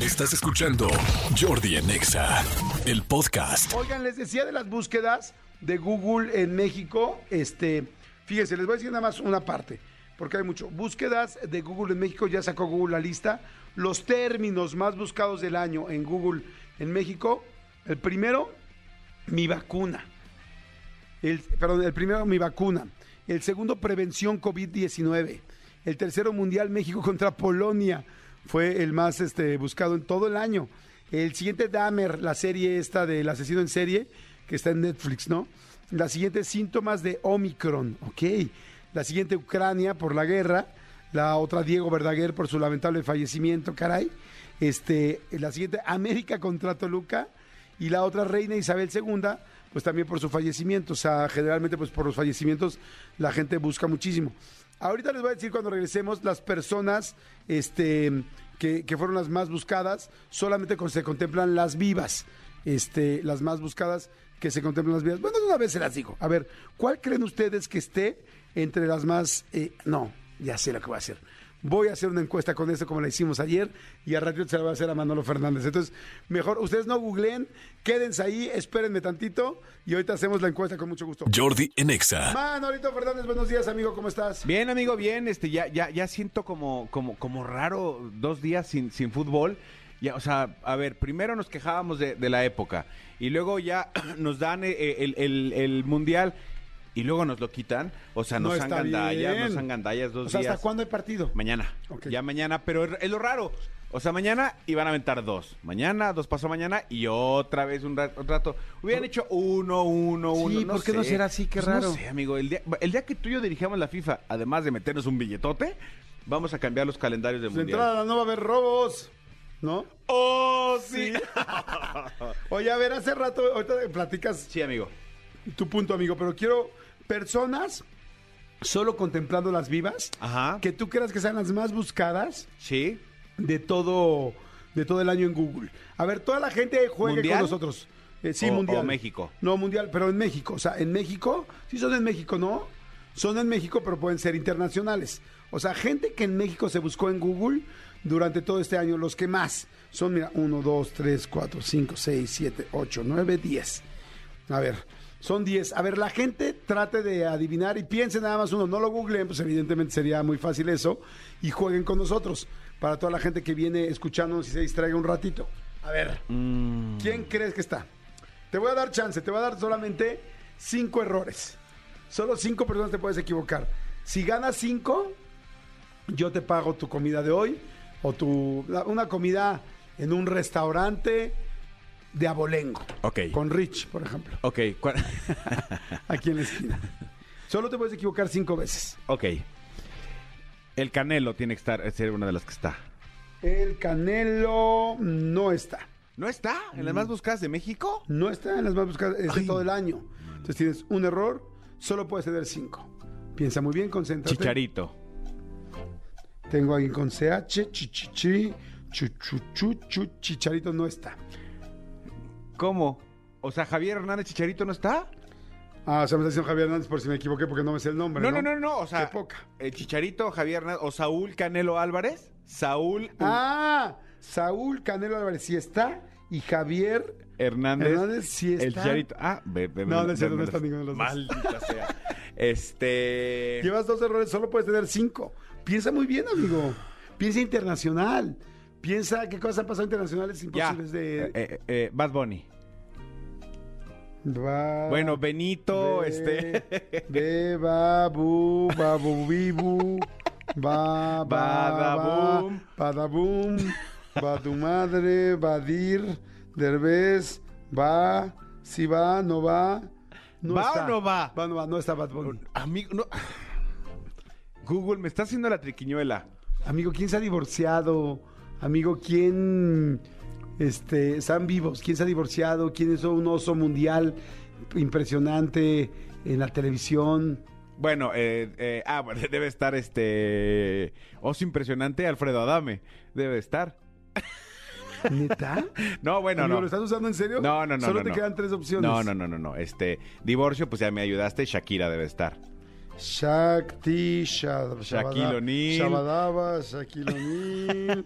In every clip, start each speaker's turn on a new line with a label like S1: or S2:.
S1: Estás escuchando Jordi en Exa, el podcast.
S2: Oigan, les decía de las búsquedas de Google en México. Este, fíjense, les voy a decir nada más una parte, porque hay mucho. Búsquedas de Google en México, ya sacó Google la lista. Los términos más buscados del año en Google en México. El primero, mi vacuna. El, perdón, el primero, mi vacuna. El segundo, prevención COVID-19. El tercero, Mundial México contra Polonia. Fue el más este, buscado en todo el año. El siguiente, Dahmer, la serie esta del asesino en serie, que está en Netflix, ¿no? La siguiente, síntomas de Omicron, ok. La siguiente, Ucrania por la guerra. La otra, Diego Verdaguer por su lamentable fallecimiento, caray. Este, la siguiente, América contra Toluca. Y la otra, Reina Isabel II, pues también por su fallecimiento. O sea, generalmente pues por los fallecimientos la gente busca muchísimo. Ahorita les voy a decir cuando regresemos las personas este, que, que fueron las más buscadas, solamente con- se contemplan las vivas, este, las más buscadas que se contemplan las vivas. Bueno, de una vez se las digo. A ver, ¿cuál creen ustedes que esté entre las más... eh, no, ya sé lo que voy a hacer. Voy a hacer una encuesta con esto como la hicimos ayer y al ratito se la voy a hacer a Manolo Fernández. Entonces, mejor ustedes no googleen, quédense ahí, espérenme tantito y ahorita hacemos la encuesta con mucho gusto.
S1: Jordi en Exa.
S2: Manolito Fernández, buenos días amigo, ¿cómo estás?
S3: Bien, amigo, bien. Este, ya, ya, ya siento como, como, como raro dos días sin, sin fútbol. Ya, o sea, a ver, primero nos quejábamos de, de la época y luego ya nos dan el, el- el- el mundial y luego nos lo quitan. O sea,
S2: No
S3: nos dan
S2: está
S3: gandallas,
S2: bien.
S3: nos dan gandallas dos
S2: O sea,
S3: días.
S2: ¿hasta cuándo hay partido?
S3: Mañana.
S2: Ok.
S3: Ya mañana, pero es- es lo raro. O sea, mañana iban a aventar dos. Mañana, dos pasó mañana y otra vez un ra- un rato. Hubieran hecho uno, uno,
S4: Sí,
S3: uno.
S4: ¿por qué no
S3: sé.
S4: será así? Qué
S3: Pues
S4: raro.
S3: No sé, amigo. El día, el día que tú y yo dirijamos la FIFA, además de meternos un billetote, vamos a cambiar los calendarios del
S2: De
S3: mundial.
S2: entrada no va a haber robos, ¿no?
S3: ¡Oh, sí!
S2: Oye, a ver, hace rato, ahorita platicas
S3: Sí, amigo.
S2: tu punto, amigo, pero quiero personas solo contemplando las vivas,
S3: Ajá.
S2: que tú creas que sean las más buscadas
S3: Sí.
S2: de todo, de todo el año en Google. A ver, toda la gente juegue
S3: ¿Mundial?
S2: con nosotros. Eh, sí,
S3: O-
S2: mundial.
S3: o México.
S2: No, mundial, pero en México. O sea, en México, sí son en México, ¿no? Son en México, pero pueden ser internacionales. O sea, gente que en México se buscó en Google durante todo este año, los que más. Son, mira, 1, 2, 3, 4, 5, 6, 7, 8, 9, 10. A ver, son 10. A ver, la gente trate de adivinar y piense nada más uno. No lo googleen, pues evidentemente sería muy fácil eso. Y jueguen con nosotros. Para toda la gente que viene escuchándonos y se distraiga un ratito. A ver,
S3: Mm,
S2: ¿quién crees que está? Te voy a dar chance, te voy a dar solamente cinco errores. Solo cinco personas te puedes equivocar. Si ganas cinco, yo te pago tu comida de hoy o tu la- una comida en un restaurante de abolengo.
S3: Ok.
S2: Con Rich, por ejemplo
S3: Ok. cua-
S2: aquí en la esquina. Solo te puedes equivocar cinco veces.
S3: ok. El Canelo tiene que estar, ser una de las que está.
S2: El Canelo no está.
S3: ¿No está? ¿En
S4: Mm.
S3: las más buscadas de México?
S2: No está en las más buscadas es de todo el año. Entonces tienes un error, solo puedes tener cinco. Piensa muy bien, concéntrate.
S3: Chicharito.
S2: Tengo alguien con CH, chichichi, chuchuchuchu, chicharito no está.
S3: ¿Cómo? O sea, Javier Hernández Chicharito no está.
S2: Ah, o sea, me está diciendo Javier Hernández por si me equivoqué porque no me sé el nombre.
S3: No, no, Ah. no, no. O sea,
S2: Qué poca.
S3: el Chicharito, Javier Hernández, o Saúl Canelo Álvarez. Saúl
S2: Ah, Saúl Canelo Álvarez sí está y Javier
S3: Hernández.
S2: Hernández sí está.
S3: El Chicharito. Ah, ve, ve,
S2: No,
S3: ve-
S2: no es cierto,
S3: ve-
S2: no está ninguno de los dos.
S3: Maldita sea. Este.
S2: Llevas dos errores, solo puedes tener cinco. Piensa muy bien, amigo. Piensa internacional. Piensa qué cosas han pasado internacionales
S3: Ya.
S2: imposibles pues, de.
S3: Eh, eh, eh, Bad Bunny.
S2: Va-
S3: Bueno, Benito,
S2: ve-
S3: este.
S2: Ve, babu, babu, bibu. Ba,
S3: Badabum.
S2: badabum. Badabum. Va tu madre, vadir, derbez, va, si va, no va. No
S3: ¿Va o
S2: está.
S3: no va?
S2: Va, no va, no está Bad Bunny.
S3: Amigo, no. Google, me está haciendo la triquiñuela.
S2: Amigo, ¿quién se ha divorciado? Amigo, ¿quién este, están vivos? ¿Quién se ha divorciado? ¿Quién hizo un oso mundial impresionante en la televisión?
S3: Bueno, eh, eh, ah, bueno, debe estar este. Oso impresionante, Alfredo Adame. Debe estar.
S2: ¿Neta?
S3: No, bueno,
S2: Amigo,
S3: no.
S2: ¿Lo estás usando en serio?
S3: No, no, no.
S2: Solo
S3: no,
S2: te
S3: no.
S2: quedan tres opciones.
S3: No, no, no, no, no. Este, divorcio, pues ya me ayudaste. Shakira debe estar.
S2: Shakti, Shab-
S3: Shaquille
S2: Shabada-
S3: O'Neal.
S2: Shabadaba, Shaquille O'Neal,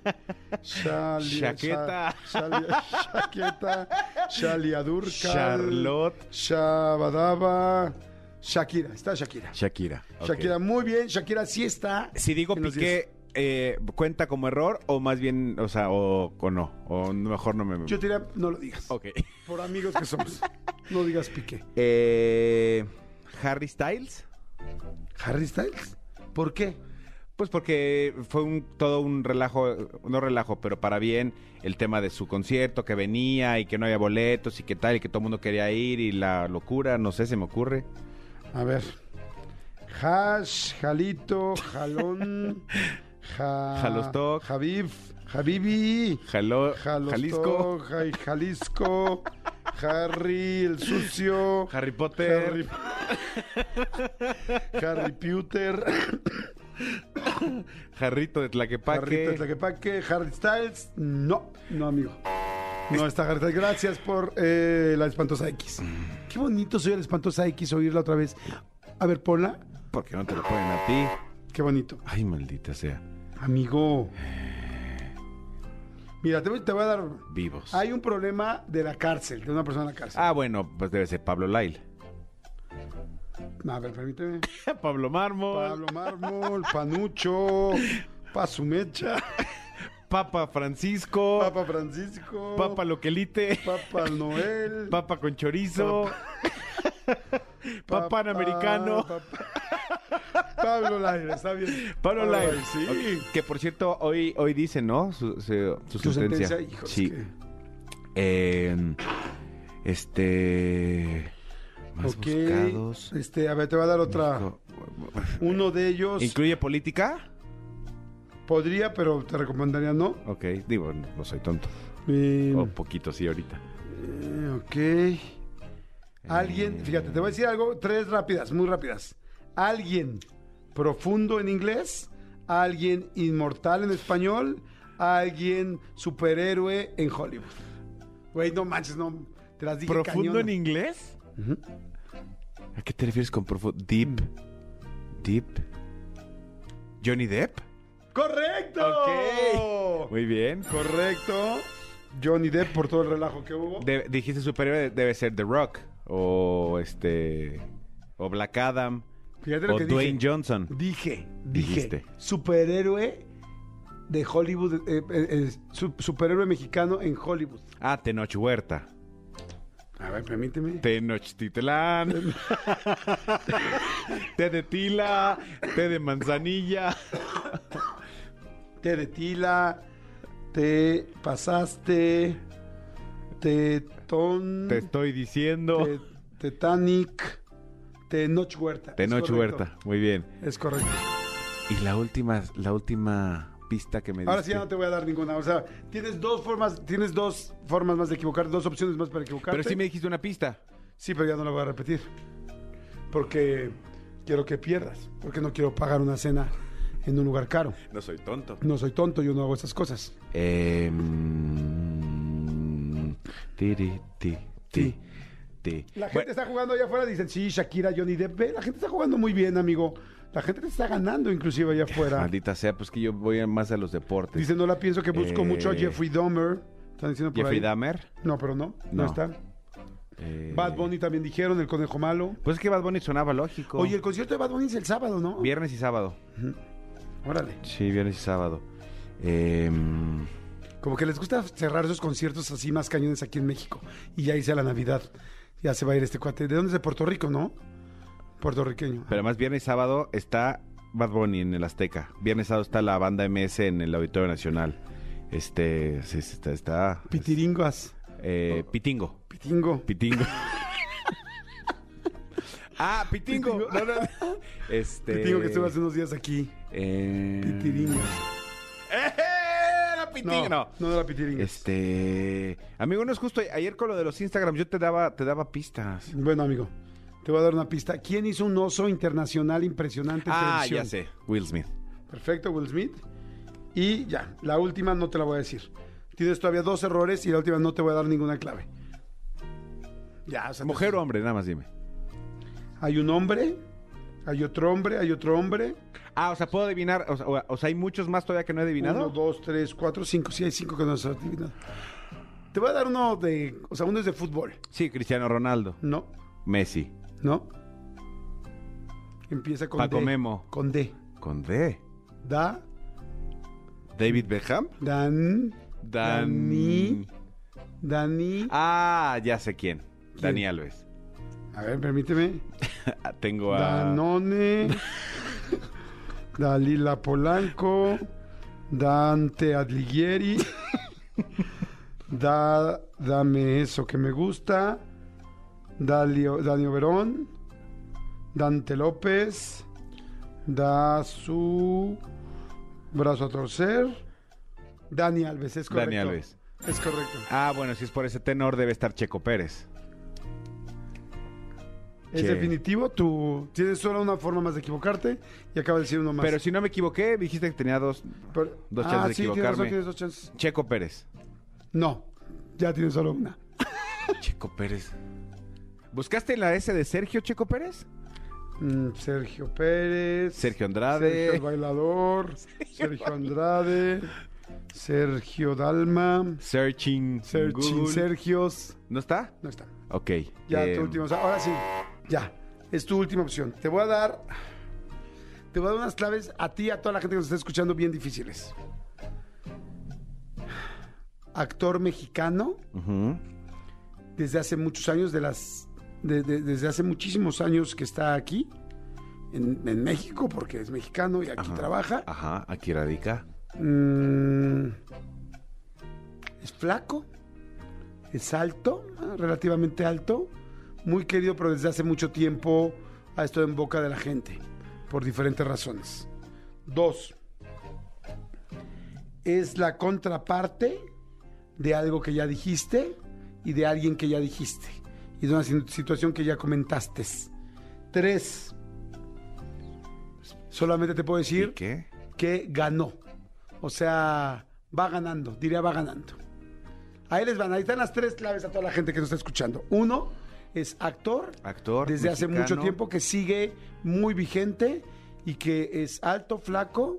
S2: Shali-
S3: Shaqueta.
S2: Sha- Shali- Shaqueta, Shaliadurka,
S3: Charlotte.
S2: Shabadaba, Shakira, está Shakira.
S3: Shakira. ok.
S2: Shakira, muy bien, Shakira sí está.
S3: Si digo
S2: en los
S3: Piqué, eh, ¿cuenta como error o más bien, o sea, o, o no? O mejor no me...
S2: 10. Yo te diría, no lo digas.
S3: Ok.
S2: Por amigos que somos. no digas Piqué.
S3: Eh, Harry Styles.
S2: ¿Harry Styles? ¿Por qué?
S3: Pues porque fue un, todo un relajo, eh, no relajo, pero para bien, el tema de su concierto que venía y que no había boletos y que tal, y que todo el mundo quería ir y la locura, no sé, se me ocurre.
S2: A ver. Hash, Jalito, Jalón, ja,
S3: Jalostoc.
S2: Javib, Javibi,
S3: Jaló,
S2: Jalostoc,
S3: Jalisco,
S2: Jai- Jalisco, Harry, el sucio,
S3: Harry Potter.
S2: Harry, Harry Pewter,
S3: Jarrito de
S2: Harrito
S3: Tlaquepaque.
S2: Tlaquepaque, Harry Styles, no, no amigo. No está Harry Styles. Gracias por eh, la espantosa X.
S5: Qué bonito soy la espantosa X oírla otra vez. A ver, ponla.
S3: Porque no te lo ponen a ti.
S2: Qué bonito.
S3: Ay, maldita sea.
S2: Amigo. Mira, te voy, te voy a dar.
S3: Vivos.
S2: Hay un problema de la cárcel, de una persona en la cárcel.
S3: Ah, bueno, pues debe ser Pablo Lail. Ah.
S2: A ver, permíteme.
S3: Pablo Mármol.
S2: Pablo Mármol, Panucho, Pazumecha,
S3: Papa Francisco. Papa,
S2: Papa Francisco,
S3: Loquelite.
S2: Papa Noel,
S3: Papa con chorizo. Papa Panamericano.
S2: Papa- Pablo Laire, está bien.
S3: Pablo
S2: Ay,
S3: Lail.
S2: sí.
S3: Ok, Que por cierto, hoy, hoy dice, ¿no? Su, su- su
S2: Tu
S3: sentencia.
S2: sentencia, hijo, es
S3: sí.
S2: que-
S3: Eh, este. Más
S2: Ok.
S3: buscados.
S2: Este, a ver, te voy a dar otra. Uno de ellos
S3: ¿Incluye política?
S2: podría, pero te recomendaría no.
S3: Ok, digo, no, no soy tonto.
S2: Eh,
S3: O poquito, sí, ahorita.
S2: Eh, Ok.
S3: Eh.
S2: Alguien, fíjate, te voy a decir algo, tres rápidas, muy rápidas. Alguien profundo en inglés, alguien inmortal en español, alguien superhéroe en Hollywood. Güey, no manches, no. Te las dije
S3: ¿Profundo en
S2: inglés.
S3: inglés? ¿A qué te refieres con profundo? Deep.
S2: Mm.
S3: Deep. ¿Johnny Depp?
S2: ¡Correcto!
S3: Ok. Muy bien.
S2: Correcto. Johnny Depp por todo el relajo que hubo.
S3: De- dijiste superhéroe, debe ser The Rock. O este. O Black Adam.
S2: Fíjate lo
S3: O
S2: que
S3: Dwayne
S2: dije.
S3: Johnson.
S2: Dije, dije.
S3: Dijiste.
S2: Superhéroe de Hollywood, eh, eh, eh, su- superhéroe mexicano en Hollywood.
S3: Ah, Tenoch Huerta.
S2: A ver, permíteme.
S3: Tenochtitlán. té de tila. Té de manzanilla.
S2: Te de tila, te pasaste, tetón,
S3: Te estoy diciendo.
S2: te- tetanic, te noche huerta. Es
S3: Tenoch
S2: correcto,
S3: Huerta. Muy bien.
S2: Es correcto.
S3: Y la última, la última pista que me diste.
S2: Ahora sí ya no te voy a dar ninguna. O sea, tienes dos formas, tienes dos formas más de equivocar, dos opciones más para equivocarte.
S3: Pero sí me dijiste una pista.
S2: Sí, pero ya no la voy a repetir. Porque quiero que pierdas. Porque no quiero pagar una cena en un lugar caro.
S3: No soy tonto.
S2: No soy tonto, yo no hago esas cosas.
S3: Eh, mm, ti, ri, ti, ti, ti.
S2: La gente
S3: Bueno,
S2: está jugando allá afuera, dicen, sí, Shakira, Johnny Depp. Ve, La gente está jugando muy bien, amigo. La gente te está ganando inclusive allá afuera.
S3: Maldita sea, pues que yo voy más a los deportes.
S2: Dicen, no la pienso que busco
S3: Eh.
S2: mucho a Jeffrey Dahmer. Están diciendo por
S3: Jeffrey
S2: ahí.
S3: Dahmer.
S2: No, pero no, no,
S3: No.
S2: está.
S3: eh,
S2: Bad Bunny también dijeron, el conejo malo.
S3: Pues es que Bad Bunny sonaba lógico.
S2: Oye, el concierto de Bad Bunny es el sábado, ¿no?
S3: Viernes y sábado.
S2: Órale.
S3: Sí, viernes y sábado. Eh, mm,
S2: Como que les gusta cerrar esos conciertos así más cañones aquí en México. Y ya hice a la Navidad. Ya se va a ir este cuate. ¿De dónde es? De Puerto Rico, ¿no? Puertorriqueño.
S3: pero además viernes y sábado está Bad Bunny en el Azteca. Viernes y sábado está la banda MS en el Auditorio Nacional. Este, sí, sí, está, está
S2: Pitiringas.
S3: eh, Pitingo.
S2: Pitingo.
S3: Pitingo. ah, Pitingo. No, no, no. Este.
S2: Pitingo que estuve hace unos días aquí.
S3: eh,
S2: Pitiringas.
S3: ¡Eh! Era Pitingo.
S2: No,
S3: No.
S2: no era Pitiringas.
S3: Este. Amigo, no es justo. Ayer con lo de los Instagram, yo te daba, te daba pistas.
S2: Bueno, amigo, te voy a dar una pista. ¿Quién hizo un oso internacional impresionante? en
S3: Ah,
S2: televisión?
S3: ya sé. Will Smith.
S2: Perfecto, Will Smith. Y ya, la última no te la voy a decir. Tienes todavía dos errores y la última no te voy a dar ninguna clave. Ya, o sea,
S3: Mujer o hombre, nada más dime.
S2: Hay un hombre, Hay otro hombre, hay otro hombre.
S3: Ah, o sea, puedo adivinar. O sea, o- o sea, hay muchos más todavía que no he adivinado.
S2: Uno, dos, tres, cuatro, cinco. Sí, hay cinco que no se han adivinado. Te voy a dar uno de. O sea, uno es de fútbol.
S3: Sí, Cristiano Ronaldo.
S2: No,
S3: Messi.
S2: no. Empieza con
S3: Paco
S2: D.
S3: Memo.
S2: Con D.
S3: Con D.
S2: Da,
S3: David Beckham.
S2: Dan,
S3: Dani.
S2: Dani.
S3: Ah, ya sé quién. Dani Alves.
S2: A ver, permíteme.
S3: Ah, Tengo a.
S2: Danone, Dalila Polanco, Dante Adlighieri, da, Dame eso que me gusta, Dalio, Dani Verón, Dante López, da su brazo a torcer, Dani Alves, es correcto.
S3: Dani Alves.
S2: Es correcto.
S3: Ah, bueno, si es por ese tenor, debe estar Checo Pérez.
S2: Es
S3: Che.
S2: definitivo, tú tienes solo una forma más de equivocarte y acabas de decir uno más.
S3: Pero si no me equivoqué, dijiste que tenía dos.
S2: Pero-
S3: Dos
S2: Ah,
S3: chances de
S2: sí, tienes
S3: equivocarme.
S2: razón, tienes dos chances.
S3: Checo Pérez.
S2: No, ya tienes solo una.
S3: Checo Pérez. ¿Buscaste la S de Sergio Checo Pérez?
S2: Mm, Sergio Pérez.
S3: Sergio Andrade.
S2: Sergio el Bailador. Sergio Andrade. Sergio Dalma.
S3: Searching.
S2: Sergio
S3: Google.
S2: Sergios.
S3: ¿No está?
S2: No está.
S3: Ok.
S2: Ya,
S3: eh,
S2: tu última. o sea, ahora sí. Ya. Es tu última opción. Te voy a dar. Te voy a dar unas claves a ti y a toda la gente que nos está escuchando bien difíciles. Actor mexicano.
S3: ujú.
S2: desde hace muchos años, de las, de- de- desde hace muchísimos años que está aquí, en, en México, porque es mexicano y aquí trabaja.
S3: Ajá, aquí radica.
S2: Mm, es flaco, es alto, ah, relativamente alto, muy querido, pero desde hace mucho tiempo ha estado en boca de la gente, por diferentes razones. Dos, es la contraparte de algo que ya dijiste y de alguien que ya dijiste y de una sin- situación que ya comentaste. Tres, solamente te puedo decir
S3: ¿Y qué?
S2: que ganó. O sea, va ganando, diría va ganando. Ahí les van, ahí están las tres claves a toda la gente que nos está escuchando. Uno es actor,
S3: Actor,
S2: desde hace mucho
S3: mexicano.
S2: tiempo que sigue muy vigente y que es alto, flaco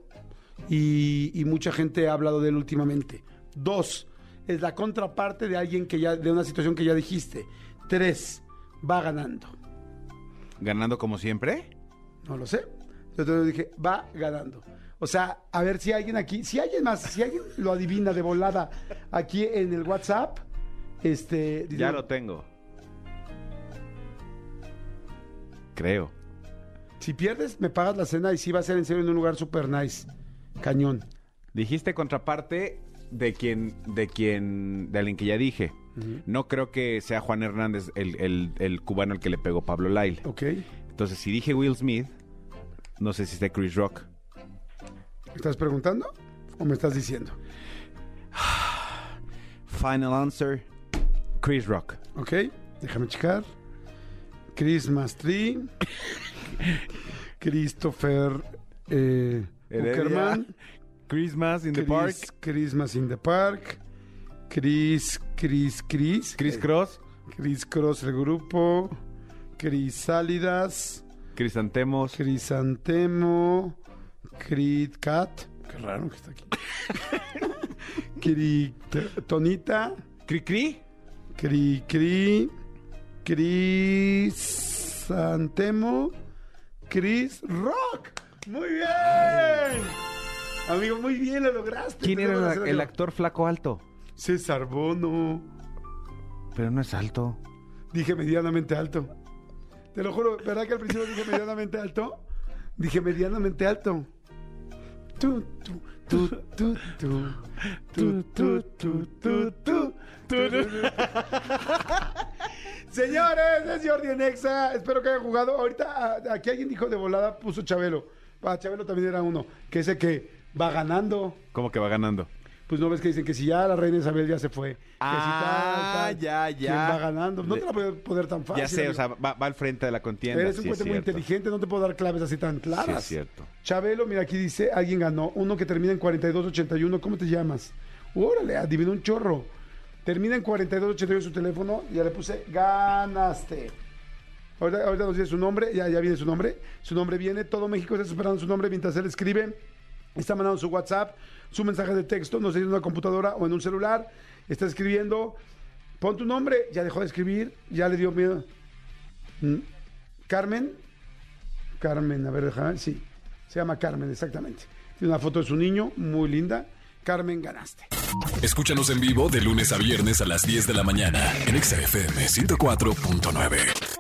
S2: y, y mucha gente ha hablado de él últimamente. Dos, es la contraparte de alguien que ya, de una situación que ya dijiste. Tres, va ganando.
S3: ¿Ganando como siempre?
S2: No lo sé. Yo te lo dije, va ganando. O sea, a ver si alguien aquí, si alguien más, si alguien lo adivina de volada aquí en el WhatsApp, este. dice-
S3: Ya lo tengo. Creo.
S2: Si pierdes, me pagas la cena y sí va a ser en serio en un lugar super nice. Cañón.
S3: Dijiste contraparte de quien, de quien, de alguien que ya dije. No creo que sea Juan Hernández el, el- el cubano el que le pegó Pablo Lyle.
S2: Ok.
S3: Entonces, si dije Will Smith, no sé si está Chris Rock.
S2: ¿Me estás preguntando o me estás diciendo?
S3: Final answer, Chris Rock.
S2: Ok. Déjame checar. Christmas Tree. Christopher eh, Uckerman.
S3: Christmas in the Park.
S2: Chris- Christmas in the Park. Chris, Chris, Chris. Eh,
S3: Chris Cross.
S2: Chris Cross, el grupo. Crisálidas.
S3: Crisantemos.
S2: Crisantemo. Crit Cat. Qué raro que está aquí. Cri Tonita.
S3: Cri Cri.
S2: Cri Cri. Crisantemo. Chris Rock. Muy bien. Amigo, muy bien, lo lograste.
S3: ¿Quién
S2: Te
S3: era
S2: debo
S3: la-
S2: hacer
S3: el
S2: algo.
S3: actor flaco alto?
S2: César Bono.
S3: Pero no es alto.
S2: Dije medianamente alto. Te lo juro, ¿verdad que al principio dije medianamente alto? Dije medianamente alto. Tu, tu, tu, tu, tu. Tu, tu, tu, tu, tu. Tu, tu, tu. Señores, es Jordi en Exa. Espero que hayan jugado. Ahorita a- aquí alguien dijo de volada, puso Chabelo. Para Chabelo también era uno, que ese que va ganando.
S3: ¿Cómo que va ganando?
S2: Pues no ves que dicen que si ya la reina Isabel ya se fue. que si
S3: Ah, ya, ya.
S2: ¿Quién va ganando? No te la voy a poner tan fácil.
S3: Ya sé,
S2: amigo.
S3: o sea, va, va al frente de la contienda.
S2: Eres un
S3: sí, es
S2: cuate muy
S3: cierto.
S2: inteligente, no te puedo dar claves así tan claras.
S3: Sí, es cierto.
S2: Chabelo, mira, aquí dice, alguien ganó. Uno que termina en 4281, ¿cómo te llamas? Órale, adivinó un chorro. Termina en 4281 su teléfono y ya le puse, ganaste. Ahorita, ahorita nos dice su nombre, ya, ya viene su nombre. Su nombre viene, todo México está esperando su nombre mientras él escribe. Está mandando su WhatsApp, su mensaje de texto, no sé si en una computadora o en un celular. Está escribiendo. Pon tu nombre, ya dejó de escribir, ya le dio miedo. Mm. Carmen. Carmen, a ver, déjame, ver, sí. Se llama Carmen, exactamente. Tiene una foto de su niño, muy linda. Carmen, ganaste.
S1: Escúchanos en vivo de lunes a viernes a las 10 de la mañana en Exa FM 104.9.